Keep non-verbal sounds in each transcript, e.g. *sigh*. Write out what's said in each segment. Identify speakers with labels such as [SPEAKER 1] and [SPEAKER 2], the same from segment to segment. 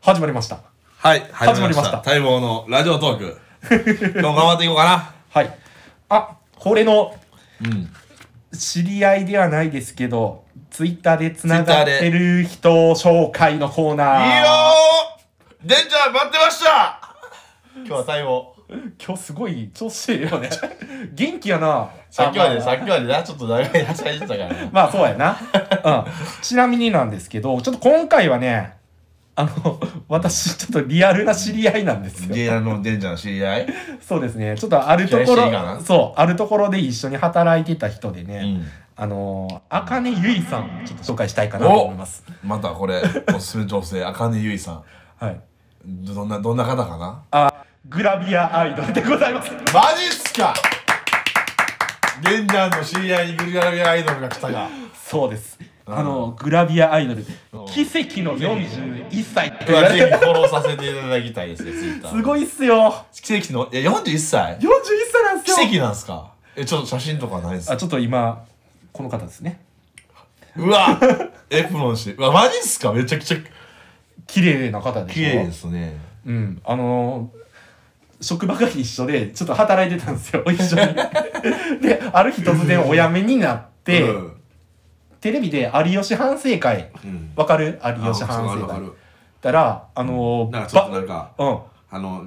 [SPEAKER 1] 始まりました。
[SPEAKER 2] はい、
[SPEAKER 1] 始まりました
[SPEAKER 2] 待望のラジオトー *laughs* ク。今日頑張っていこうか
[SPEAKER 1] はい。あ、これの
[SPEAKER 2] な。うん。
[SPEAKER 1] 知り合いではないですけど、ツイッターでつながっ
[SPEAKER 2] Twitter で
[SPEAKER 1] てる人紹介のコーナー。
[SPEAKER 2] いいよーデンちゃん待ってました今日は待望。
[SPEAKER 1] 今日すごい調子いいよね。元気やな。
[SPEAKER 2] さっきま
[SPEAKER 1] あ
[SPEAKER 2] で、
[SPEAKER 1] あ
[SPEAKER 2] さっきまでな、ちょっと長い話してたからね。
[SPEAKER 1] まあそうやな。うん。ちなみになんですけど、ちょっと今回はね、あの、私、ちょっとリアルな知り合いなんですよ。
[SPEAKER 2] で、あの、デンちゃんの知り合い
[SPEAKER 1] そうですね。ちょっとあるとこ
[SPEAKER 2] 知り合
[SPEAKER 1] ろ
[SPEAKER 2] い知り合いかな、
[SPEAKER 1] そう、あるところで一緒に働いてた人でね、
[SPEAKER 2] ん。
[SPEAKER 1] あの、あかねゆいさん、ちょっと紹介したいかなと思います。
[SPEAKER 2] またこれ、おすすめ女性、あかねゆいさ
[SPEAKER 1] はい。
[SPEAKER 2] ん。どんな、どんな方かな
[SPEAKER 1] グラビアアイドルでございます。
[SPEAKER 2] マジっすかデンちゃんの知り合いにグリガラビアアイドルが来た *laughs* が。
[SPEAKER 1] そうです。
[SPEAKER 2] うん
[SPEAKER 1] あの、グラビアアイドル
[SPEAKER 2] ん、
[SPEAKER 1] 奇跡の41歳って言わ
[SPEAKER 2] ぜ
[SPEAKER 1] れ
[SPEAKER 2] ひフ
[SPEAKER 1] て、
[SPEAKER 2] ォローさせていただきたいですね、ツイッター。
[SPEAKER 1] すごいっすよ。
[SPEAKER 2] 奇跡の、いや、41歳
[SPEAKER 1] 41歳なんですよ。
[SPEAKER 2] 奇跡なんすかえちょっと写真とかないんすか
[SPEAKER 1] あ、ちょっと今、この方ですね。
[SPEAKER 2] うわエプロンしてうわマジっすかめちゃくちゃ
[SPEAKER 1] 綺麗な方でしょ。
[SPEAKER 2] 綺麗ですね
[SPEAKER 1] うん。あのー職場が一緒で、ちょっと働いてたんです *laughs* よ、一緒に。で、ある日突然お辞めになって、
[SPEAKER 2] うん
[SPEAKER 1] テレビで有吉反省会、
[SPEAKER 3] うん。
[SPEAKER 1] わかる有吉
[SPEAKER 3] あ
[SPEAKER 1] 反
[SPEAKER 3] わか
[SPEAKER 1] 省
[SPEAKER 3] るわか
[SPEAKER 1] 会。
[SPEAKER 3] る。
[SPEAKER 1] たら、あのー
[SPEAKER 3] なんかちょっとなんか、
[SPEAKER 1] ばうん。
[SPEAKER 3] あの、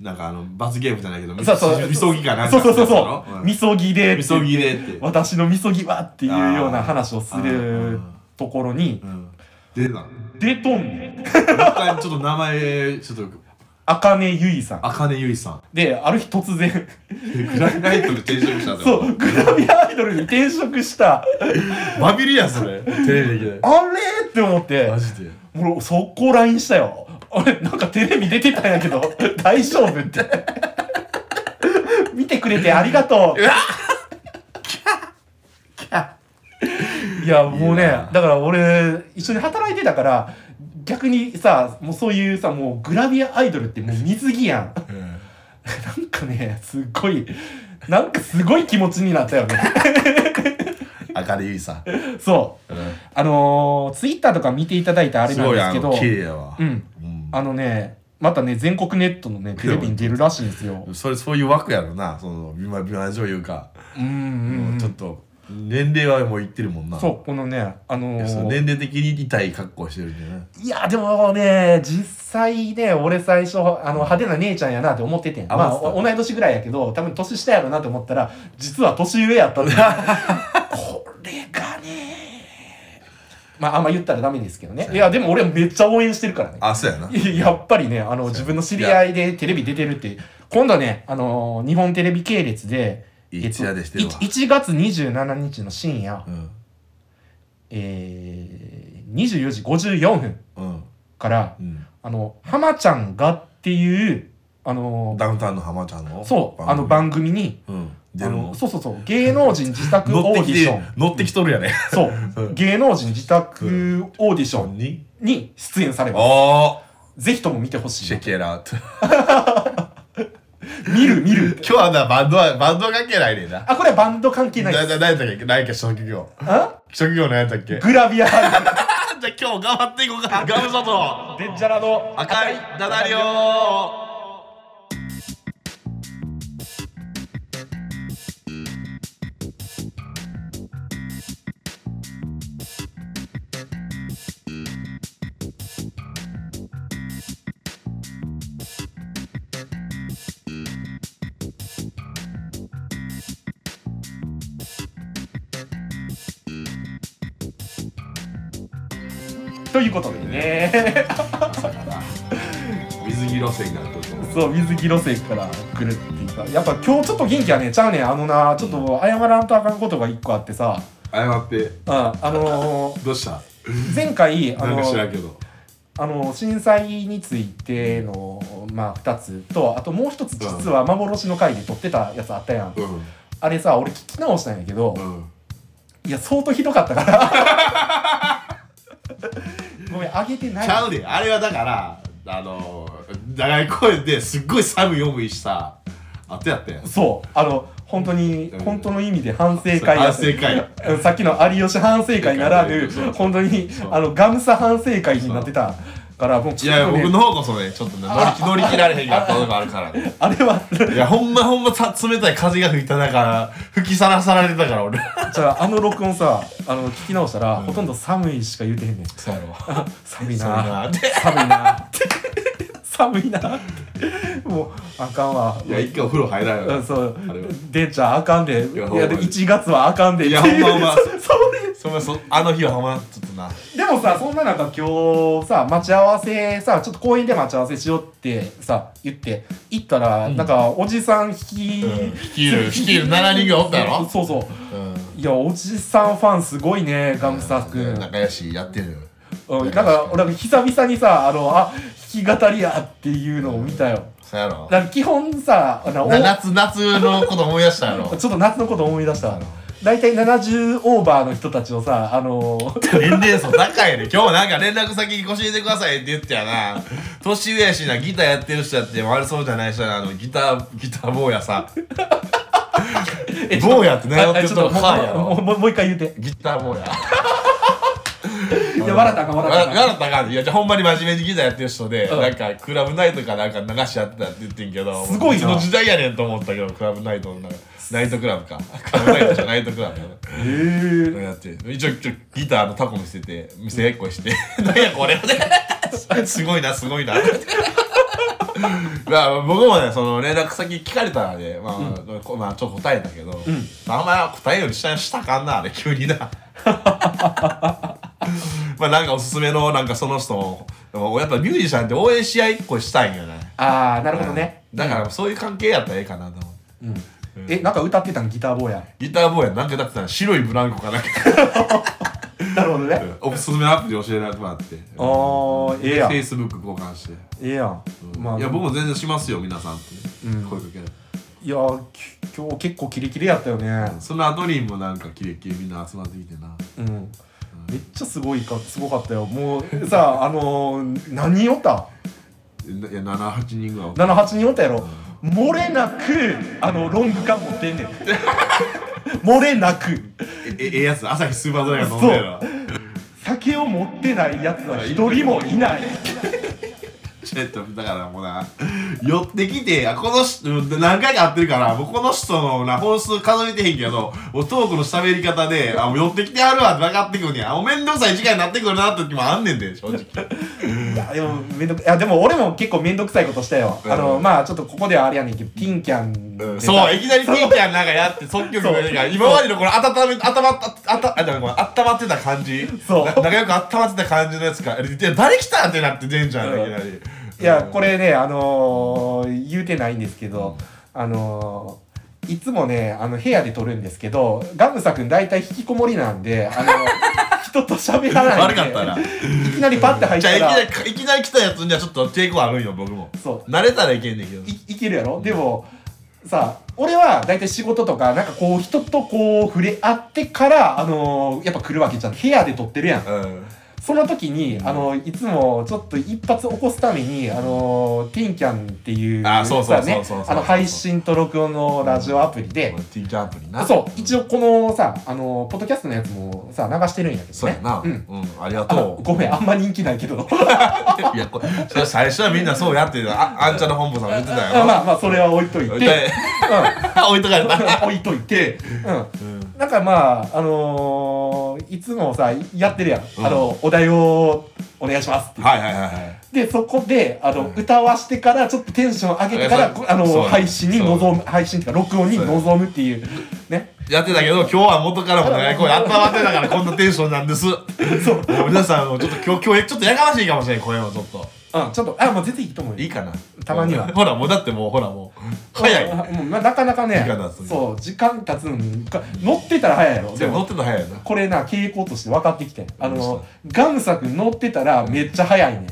[SPEAKER 3] なんかあの、罰ゲームじゃないけど、み
[SPEAKER 1] そうそう。
[SPEAKER 3] みそぎかなん
[SPEAKER 1] そ
[SPEAKER 3] か
[SPEAKER 1] う
[SPEAKER 3] ってや
[SPEAKER 1] そう
[SPEAKER 3] つ
[SPEAKER 1] そ
[SPEAKER 3] や
[SPEAKER 1] う
[SPEAKER 3] ろ。
[SPEAKER 1] そう。みそぎで
[SPEAKER 3] うん。みそぎでって。
[SPEAKER 1] 私のみそぎはっていうような話をす
[SPEAKER 3] あー
[SPEAKER 1] るところに
[SPEAKER 3] う、ん。出た。もう
[SPEAKER 1] 出とんねん。
[SPEAKER 3] 一回ちょっと名前、ちょっと、
[SPEAKER 1] あかねゆいさん。
[SPEAKER 3] あかねゆいさん。
[SPEAKER 1] で、ある日
[SPEAKER 3] *laughs*
[SPEAKER 1] 突然、
[SPEAKER 3] グラナイトで転職したって
[SPEAKER 1] そ
[SPEAKER 3] こと
[SPEAKER 1] う、グラビアアイドルに転職した、
[SPEAKER 3] バビリやんそれ。テレビで。
[SPEAKER 1] あれって思って
[SPEAKER 3] マ、ジで。
[SPEAKER 1] もう速攻 LINE したよ。あれ、なんかテレビ出てたんや
[SPEAKER 3] *laughs*
[SPEAKER 1] けど、大丈夫って。見てくれてありがとう。いや、もうね、だから俺、一緒に働いてたから、逆にさ、もうそういうさ、もうグラビアアイドルってもう水着やん。 *laughs*
[SPEAKER 3] うん
[SPEAKER 1] なんかね、すっごい、なんかすごい気持ちになったよね。
[SPEAKER 3] あかねゆいさん。
[SPEAKER 1] そう。
[SPEAKER 3] うん
[SPEAKER 1] あのー、ツイッターとか見ていただいたあれ
[SPEAKER 3] す
[SPEAKER 1] なん
[SPEAKER 3] ごい
[SPEAKER 1] です
[SPEAKER 3] あ
[SPEAKER 1] けど、
[SPEAKER 3] の、綺麗やわ
[SPEAKER 1] う。ん。
[SPEAKER 3] うん
[SPEAKER 1] あのね、またね、全国ネットのね、テレビに出るらしいんですよ。
[SPEAKER 3] それ、そういう枠やろな。その、美魔美魔女いうか。
[SPEAKER 1] うんうんう
[SPEAKER 3] も
[SPEAKER 1] ん。
[SPEAKER 3] うちょっと、年齢はもういってるもんな。
[SPEAKER 1] そう、このね、あの
[SPEAKER 3] いやその
[SPEAKER 1] ー、
[SPEAKER 3] 年齢的に痛い格好してるんじゃない
[SPEAKER 1] いや、でもね、実際ね、俺最初、あの、派手な姉ちゃんやなって思っててん。
[SPEAKER 3] あ
[SPEAKER 1] まあ、
[SPEAKER 3] そうっすか
[SPEAKER 1] お同い年ぐらいやけど、多分年下やろなって思ったら、実は年上やった
[SPEAKER 3] *laughs*
[SPEAKER 1] んだ。これがね、まあ、あんま言ったらダメですけどね。いや、でも俺めっちゃ応援してるからね。
[SPEAKER 3] あ、そうやな。
[SPEAKER 1] いややっぱりね、あの、自分の知り合いでテレビ出てるって、今度ね、あのー日本テレビ系列で、
[SPEAKER 3] 一夜でしてるわ
[SPEAKER 1] えっとい1月27日の深夜、
[SPEAKER 3] うん。
[SPEAKER 1] えー、24時54分
[SPEAKER 3] うん。
[SPEAKER 1] から、
[SPEAKER 3] う
[SPEAKER 1] あの、浜ちゃんがっていう、あの
[SPEAKER 3] ん。
[SPEAKER 1] ー
[SPEAKER 3] ダウンタウンの浜ちゃんの
[SPEAKER 1] そう、あの番組に、
[SPEAKER 3] 組。うん。出
[SPEAKER 1] あ
[SPEAKER 3] る
[SPEAKER 1] の
[SPEAKER 3] の。
[SPEAKER 1] そうそうそう、芸能人
[SPEAKER 3] *laughs*
[SPEAKER 1] 自宅オ
[SPEAKER 3] 乗
[SPEAKER 1] ー
[SPEAKER 3] って
[SPEAKER 1] ディ
[SPEAKER 3] き
[SPEAKER 1] ショ
[SPEAKER 3] て
[SPEAKER 1] ン、、
[SPEAKER 3] 乗ってきとるやね。
[SPEAKER 1] そう
[SPEAKER 3] *laughs*
[SPEAKER 1] う、芸能人自宅オーディション
[SPEAKER 3] に
[SPEAKER 1] に出演されます。
[SPEAKER 3] おー
[SPEAKER 1] ぜひとも見てほし
[SPEAKER 3] チ
[SPEAKER 1] い
[SPEAKER 3] ェ。ケラート。
[SPEAKER 1] 見る見る。
[SPEAKER 3] 今日はな、バンドは、バンドは関係ないねんな。
[SPEAKER 1] あ、これはバンド関係ないです
[SPEAKER 3] な、な、何やったっけ何やっけ職業。
[SPEAKER 1] あ
[SPEAKER 3] 職業何やったっけ
[SPEAKER 1] グラビアアイ
[SPEAKER 3] あじゃあ今日頑張っていこうか。ガムソト
[SPEAKER 1] ドル、デンジャラの
[SPEAKER 3] 赤いダダリオ
[SPEAKER 1] ということでね、
[SPEAKER 3] 水着路線がちょっと。
[SPEAKER 1] そう、水着路線から来るっていうか、やっぱ今日ちょっと元気はね、ちゃうねん、あのな、ちょっと謝らんとあかんことが一個あってさ、
[SPEAKER 3] 謝って、
[SPEAKER 1] うん、あ
[SPEAKER 3] *laughs*
[SPEAKER 1] のー
[SPEAKER 3] どうした
[SPEAKER 1] 前回、あ
[SPEAKER 3] なん
[SPEAKER 1] の
[SPEAKER 3] か知ら
[SPEAKER 1] ー
[SPEAKER 3] んけど。
[SPEAKER 1] あのー震災についての、まあ、2つと、あともう一つ、実は幻の回で撮ってたやつあったやん。
[SPEAKER 3] うん。
[SPEAKER 1] あれさ、俺聞き直したんやけど、
[SPEAKER 3] うん。
[SPEAKER 1] いや、相当ひどかったから。 *laughs* ごめん、あげてない。
[SPEAKER 3] ちゃうで、あれはだから、あの、長い声ですっごい寒い思いした、あとやったやん。
[SPEAKER 1] そう、あの、本当に
[SPEAKER 3] うん、
[SPEAKER 1] 本当の意味で反省会
[SPEAKER 3] 反省会
[SPEAKER 1] うんさっきの有吉反省会ならぬ
[SPEAKER 3] そう、
[SPEAKER 1] 本当に
[SPEAKER 3] そ、う
[SPEAKER 1] あの、ガムサ反省会になってた。からもうち
[SPEAKER 2] い
[SPEAKER 1] ょっ
[SPEAKER 2] や
[SPEAKER 1] と
[SPEAKER 2] 僕
[SPEAKER 1] ね
[SPEAKER 2] の方こそねちょっとね乗り乗り切られへんかったとこあるか
[SPEAKER 3] *laughs*
[SPEAKER 2] らね
[SPEAKER 1] あれはい *laughs*
[SPEAKER 2] やほんまほんまさ冷たい風が吹いただから吹きさらさられてたから俺
[SPEAKER 1] じゃああの録音さあの聞き直したら、ほとんど寒いしか言うてへんねん
[SPEAKER 2] そうやろ
[SPEAKER 1] 寒い
[SPEAKER 2] そうや
[SPEAKER 1] な
[SPEAKER 2] なで
[SPEAKER 1] 寒いな *laughs* って寒いなってもうあかんわ
[SPEAKER 3] いや一回お風呂入らん
[SPEAKER 1] う
[SPEAKER 3] よ
[SPEAKER 1] んそう
[SPEAKER 3] あれは
[SPEAKER 1] でんちゃんあかんでい
[SPEAKER 3] や
[SPEAKER 1] や
[SPEAKER 3] ほんまに
[SPEAKER 1] で1月はあかんで
[SPEAKER 2] いや
[SPEAKER 1] っていう
[SPEAKER 2] ほんまほんま
[SPEAKER 1] *laughs* そういう
[SPEAKER 2] そんなそあの日はほんまちょっとな
[SPEAKER 1] でもさそんな中今日さ待ち合わせさちょっと公園で待ち合わせしようってさ言って行ったら、なんかおじさん引き、
[SPEAKER 2] 率いる率いる7人ぐらいおったやろ
[SPEAKER 1] そうそう
[SPEAKER 2] うん
[SPEAKER 1] いやおじさんファンすごいねガムスタッフ君、
[SPEAKER 2] 仲良しやってるよ
[SPEAKER 1] うん、なんか俺なんか久々にさあのあ弾き語りやっていうのを見たよ、
[SPEAKER 2] そうやろ
[SPEAKER 1] なんか基本さあのお
[SPEAKER 2] な夏夏のこと思い出したやろ
[SPEAKER 1] ちょっと夏のこと思い出した大体70オーバーの人たちをさあの
[SPEAKER 2] 年齢層高いね今日なんか連絡先教えてくださいって言ってやな年上やしなギターやってる人やって悪そうじゃない人やなあのギターギター坊やさ
[SPEAKER 1] *laughs* え
[SPEAKER 2] 坊やって
[SPEAKER 1] あ
[SPEAKER 2] 名乗って
[SPEAKER 1] あ
[SPEAKER 2] る
[SPEAKER 1] ちょ
[SPEAKER 2] と
[SPEAKER 1] っと
[SPEAKER 2] こファンや
[SPEAKER 1] もう
[SPEAKER 2] ろ
[SPEAKER 1] もうもう一回言うて
[SPEAKER 2] ギター坊や
[SPEAKER 1] いや笑ったらあかん
[SPEAKER 2] わ
[SPEAKER 1] 笑ったらあかん
[SPEAKER 2] 笑ったらあかんいやじゃあほんまに真面目にギターやってる人で、
[SPEAKER 1] うん
[SPEAKER 2] なんかクラブナイトかなんか流しやってたって言ってんけど
[SPEAKER 1] すごいな
[SPEAKER 2] その時代やねんと思ったけどクラブナイトの中ナイトクラブかクラブナイトじゃナイトクラブやな
[SPEAKER 1] へ
[SPEAKER 2] やって一応一応ギターのタコ見せて見せっこして *laughs* 「何やこれ」 *laughs* すごいなすごいな」まあ僕もねその連絡先聞かれたらね、まあこまあ、ちょっと答えたけど、まああんま答えより下にしたかんなあれ急にな *laughs* まあなんかおすすめのなんかその人をでもやっぱミュージシャンって応援し合いっこしたいんよね
[SPEAKER 1] ああなるほどね、
[SPEAKER 2] だからそういう関係やったらええかなと思って
[SPEAKER 1] うんえなんか歌ってたんギター坊や
[SPEAKER 2] ギターボーイはなんかだってたら白いブランコかなんか
[SPEAKER 1] なるほどね
[SPEAKER 2] おすすめのアプリ教えてもらって
[SPEAKER 1] あーええやん
[SPEAKER 2] フェイスブック交換して、
[SPEAKER 1] ええやん、まあ
[SPEAKER 2] いや僕も全然しますよ皆さんって、
[SPEAKER 1] うん
[SPEAKER 2] 声かけられて
[SPEAKER 1] いやーき今日結構キレキレやったよね
[SPEAKER 2] その後にもなんかキレッキレみんな集まってきてな
[SPEAKER 1] うんめっちゃすごいかすごかったよもう *laughs* さあのー、何人おった
[SPEAKER 2] いや78人ぐらいおった
[SPEAKER 1] 78人おったやろ漏れなくあのロング缶持ってんねん *laughs* 漏れなく
[SPEAKER 2] えええやつ朝日スーパードライが飲ん
[SPEAKER 1] そう
[SPEAKER 2] でるわ
[SPEAKER 1] 酒を持ってないやつは一人もいない
[SPEAKER 2] ちょっとだからもうな寄ってきてあこの人何回か会ってるからもうこの人のな本数数えてへんけどもうトークの喋り方であもう寄ってきてやるわって分かってくるにあもう面倒くさい時間になってくるなって時もあんねんで正直
[SPEAKER 1] いやでもめんどくいやでも俺も結構めんどくさいことしたよ、
[SPEAKER 2] うん
[SPEAKER 1] あのまあちょっとここではあれやねんけどティンキャンでさ
[SPEAKER 2] そう、いきなりピーキャンなんかやって即興
[SPEAKER 1] そう
[SPEAKER 2] でなんか今までのこの温め、温まった、あた、あ、じゃあごめん温まってた感じ
[SPEAKER 1] そう
[SPEAKER 2] な仲良く温まってた感じのやつか。で、誰来たってなって出んじゃん、
[SPEAKER 1] うん
[SPEAKER 2] いきなり。
[SPEAKER 1] いやこれねあのー言うてないんですけど、あのーいつもねあの部屋で撮るんですけどガムサ君大体引きこもりなんであ
[SPEAKER 2] *laughs*
[SPEAKER 1] の人と喋らないん
[SPEAKER 2] 悪
[SPEAKER 1] で
[SPEAKER 2] かったな。じ
[SPEAKER 1] いきなりパッて入っ
[SPEAKER 2] ゃ
[SPEAKER 1] た
[SPEAKER 2] あいきな
[SPEAKER 1] ら
[SPEAKER 2] りか、いきなり来たやつにはちょっと抵抗あるんよ、僕も。
[SPEAKER 1] そ
[SPEAKER 2] 慣れたらいけんねんけど
[SPEAKER 1] う。いいけるやろでもさ俺は大体仕事とかなんかこう人とこう触れ合ってからあのーやっぱ来るわけじゃん部屋で撮ってるやん
[SPEAKER 2] うん。
[SPEAKER 1] その時に、あのいつもちょっと一発起こすためにあのティンキャンっていう
[SPEAKER 2] あそうそう
[SPEAKER 1] さね
[SPEAKER 2] そうそうそうそう
[SPEAKER 1] あの配信と録音のラジオアプリで、
[SPEAKER 2] ティーキャンプにな。
[SPEAKER 1] そう一応このさあのポッドキャストのやつもさ流してるんやけど
[SPEAKER 2] そう
[SPEAKER 1] ね
[SPEAKER 2] やな。うんん。ありが
[SPEAKER 1] あの
[SPEAKER 2] とう。
[SPEAKER 1] ごめんあんま人気ないけど
[SPEAKER 2] いや、これ、それ最初はみんなそうやって、あ、 *laughs* あんちゃんの本部さんも言ってた
[SPEAKER 1] *laughs*
[SPEAKER 2] よ。
[SPEAKER 1] まあまあそれは置いといて、うん、
[SPEAKER 2] で *laughs* 置いとかれた。
[SPEAKER 1] 置いといて、うん、
[SPEAKER 2] うん。
[SPEAKER 1] なんかまああのーいつもさやってるやん、
[SPEAKER 2] うん
[SPEAKER 1] あのお題をお願いしますっていう
[SPEAKER 2] はいはいはいはい。
[SPEAKER 1] でそこであの、
[SPEAKER 2] うん
[SPEAKER 1] 歌わしてからちょっとテンション上げてから
[SPEAKER 2] そう
[SPEAKER 1] こあの
[SPEAKER 2] そう
[SPEAKER 1] 配信に臨む配信っていうか録音に
[SPEAKER 2] そう
[SPEAKER 1] 臨むっていうね
[SPEAKER 2] やってたけど今日は元からもねこれ温まってたからこんなテンションなんです
[SPEAKER 1] そう、うん、ち
[SPEAKER 2] 皆さんもちょっと今日今日ちょっとやかましいかもしれない声もちょっと
[SPEAKER 1] ょっとあもう全然いいと思うよ
[SPEAKER 2] いいかな
[SPEAKER 1] たまには
[SPEAKER 2] ほらもうだってもうほらもう早い
[SPEAKER 1] あもうまあなかなかね
[SPEAKER 2] 時間経つ
[SPEAKER 1] そう時間経つのにか乗ってたら早いやろ
[SPEAKER 2] で
[SPEAKER 1] で
[SPEAKER 2] も乗
[SPEAKER 1] も
[SPEAKER 2] ってたの早いな
[SPEAKER 1] これな傾向として分かってきてんあ
[SPEAKER 2] どうし
[SPEAKER 1] のガムサ君乗ってたらめっちゃ早いねん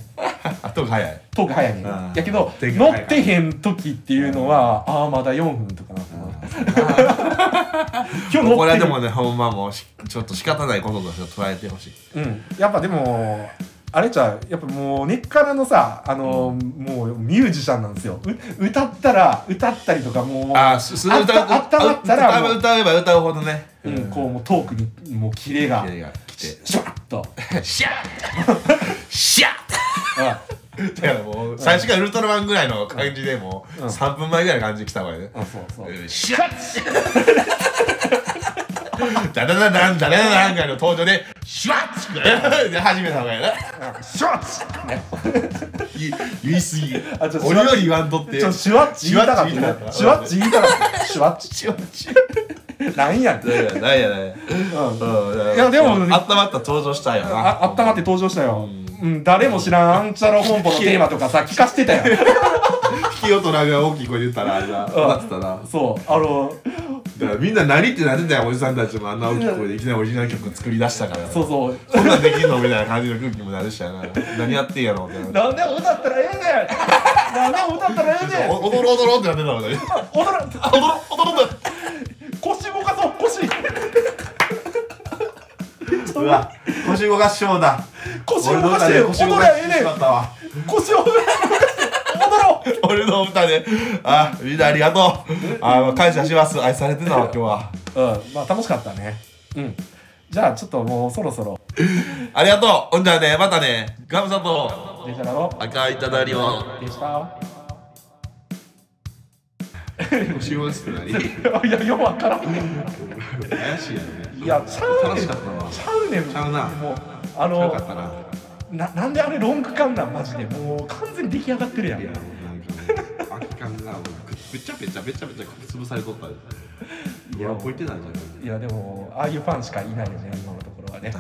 [SPEAKER 2] あとが早い
[SPEAKER 1] トーク早いねん
[SPEAKER 2] あー
[SPEAKER 1] やけど
[SPEAKER 2] 展開
[SPEAKER 1] 乗
[SPEAKER 2] 早い
[SPEAKER 1] ってへん時っていうのはああまだ4分とかなってな *laughs* 今日乗
[SPEAKER 2] これ
[SPEAKER 1] っ
[SPEAKER 2] は
[SPEAKER 1] て
[SPEAKER 2] で
[SPEAKER 1] る
[SPEAKER 2] もねほんまもうしちょっと仕方ないこととして捉えてほしい
[SPEAKER 1] うん、やっぱでもあれちゃうやっぱもう根っからのさあの、もうミュージシャンなんですよう歌ったら歌ったりとかもう
[SPEAKER 2] あすす
[SPEAKER 1] あ
[SPEAKER 2] 歌
[SPEAKER 1] ったあったまったらもう
[SPEAKER 2] 歌えば歌うほどね
[SPEAKER 1] うん、こうもうトークにもうキレが
[SPEAKER 2] キレが来て
[SPEAKER 1] シュワッと
[SPEAKER 2] シャッシャッ
[SPEAKER 1] あ
[SPEAKER 2] だからもう最初からウルトラマンぐらいの感じでもう
[SPEAKER 1] うん
[SPEAKER 2] 3分前ぐらいの感じで来た方がいいね
[SPEAKER 1] あそうそう
[SPEAKER 2] うんシャッダダダダンダダダダンぐらいの登場でシュワッチで始めた方がいいな
[SPEAKER 1] あシュワッチね
[SPEAKER 2] 言い言いすぎ
[SPEAKER 1] あちょ
[SPEAKER 2] 俺より言わんとって
[SPEAKER 1] ちょシュワッチ言いたかったシュワッチ言いたかったシュワッチ
[SPEAKER 2] シュワッチ
[SPEAKER 1] なんやねん
[SPEAKER 2] なんやなんやなんや
[SPEAKER 1] うん
[SPEAKER 2] うん
[SPEAKER 1] いやでも
[SPEAKER 2] 温まった登場したいよな
[SPEAKER 1] ああったまって登場したようん誰も知らんアンチャラ本舗のテーマとかさ聞かしてたよ
[SPEAKER 3] 聞き音ラグが大きい声で言ったらあれだなってたなだか
[SPEAKER 1] そうあの
[SPEAKER 3] らみんな何ってなってたよおじさんたちもあんな大きい声でいきなりオリジナル曲
[SPEAKER 2] 作り出したから
[SPEAKER 1] そうそう
[SPEAKER 2] こんなんできんのみたいな感じの空気もなるしやな何やってんやろうってな
[SPEAKER 1] なんで歌ったらええねんなんで歌ったらええねん
[SPEAKER 2] お踊ろう踊ろうってなってたの
[SPEAKER 1] 踊らん
[SPEAKER 2] に踊ろう踊ろうって
[SPEAKER 1] 腰動かそう腰
[SPEAKER 3] うわ腰動かしそうだ
[SPEAKER 1] 腰
[SPEAKER 3] 俺
[SPEAKER 1] 動
[SPEAKER 3] の歌
[SPEAKER 1] かして
[SPEAKER 3] で
[SPEAKER 1] よ
[SPEAKER 3] 腰
[SPEAKER 1] 踊
[SPEAKER 3] 動
[SPEAKER 1] り
[SPEAKER 3] か
[SPEAKER 1] ゃえ
[SPEAKER 3] し
[SPEAKER 1] え
[SPEAKER 3] て
[SPEAKER 1] ね
[SPEAKER 3] し
[SPEAKER 1] ん
[SPEAKER 3] まったわ
[SPEAKER 1] 腰を動かして踊ろう
[SPEAKER 2] 俺の歌であみんなありがとうあ感謝します愛されてたわ今日は
[SPEAKER 1] うんまあ楽しかったねうんじゃあちょっともうそろそろ
[SPEAKER 2] ありがとうほんじゃあねまたねガムさんと
[SPEAKER 1] 電車だろ
[SPEAKER 2] 赤いただりを
[SPEAKER 1] でした
[SPEAKER 3] 腰動かすって何
[SPEAKER 1] いやよくわからんね
[SPEAKER 3] 怪しいよね
[SPEAKER 1] いやちゃう
[SPEAKER 3] 楽
[SPEAKER 1] ね
[SPEAKER 3] し
[SPEAKER 1] んち
[SPEAKER 3] かったわ
[SPEAKER 1] ゃうねん
[SPEAKER 3] ちゃうな
[SPEAKER 1] もう
[SPEAKER 3] よ
[SPEAKER 1] あの
[SPEAKER 3] かったな
[SPEAKER 1] ななんであれロング缶なんマジでもう完全に出来上がってるやん
[SPEAKER 3] いやもうなんかもう空き缶がもうべちゃべちゃべちゃべちゃ潰されとったでいやこう言ってたんじゃん
[SPEAKER 1] いやでもああいうファンしかいないよね今のところはね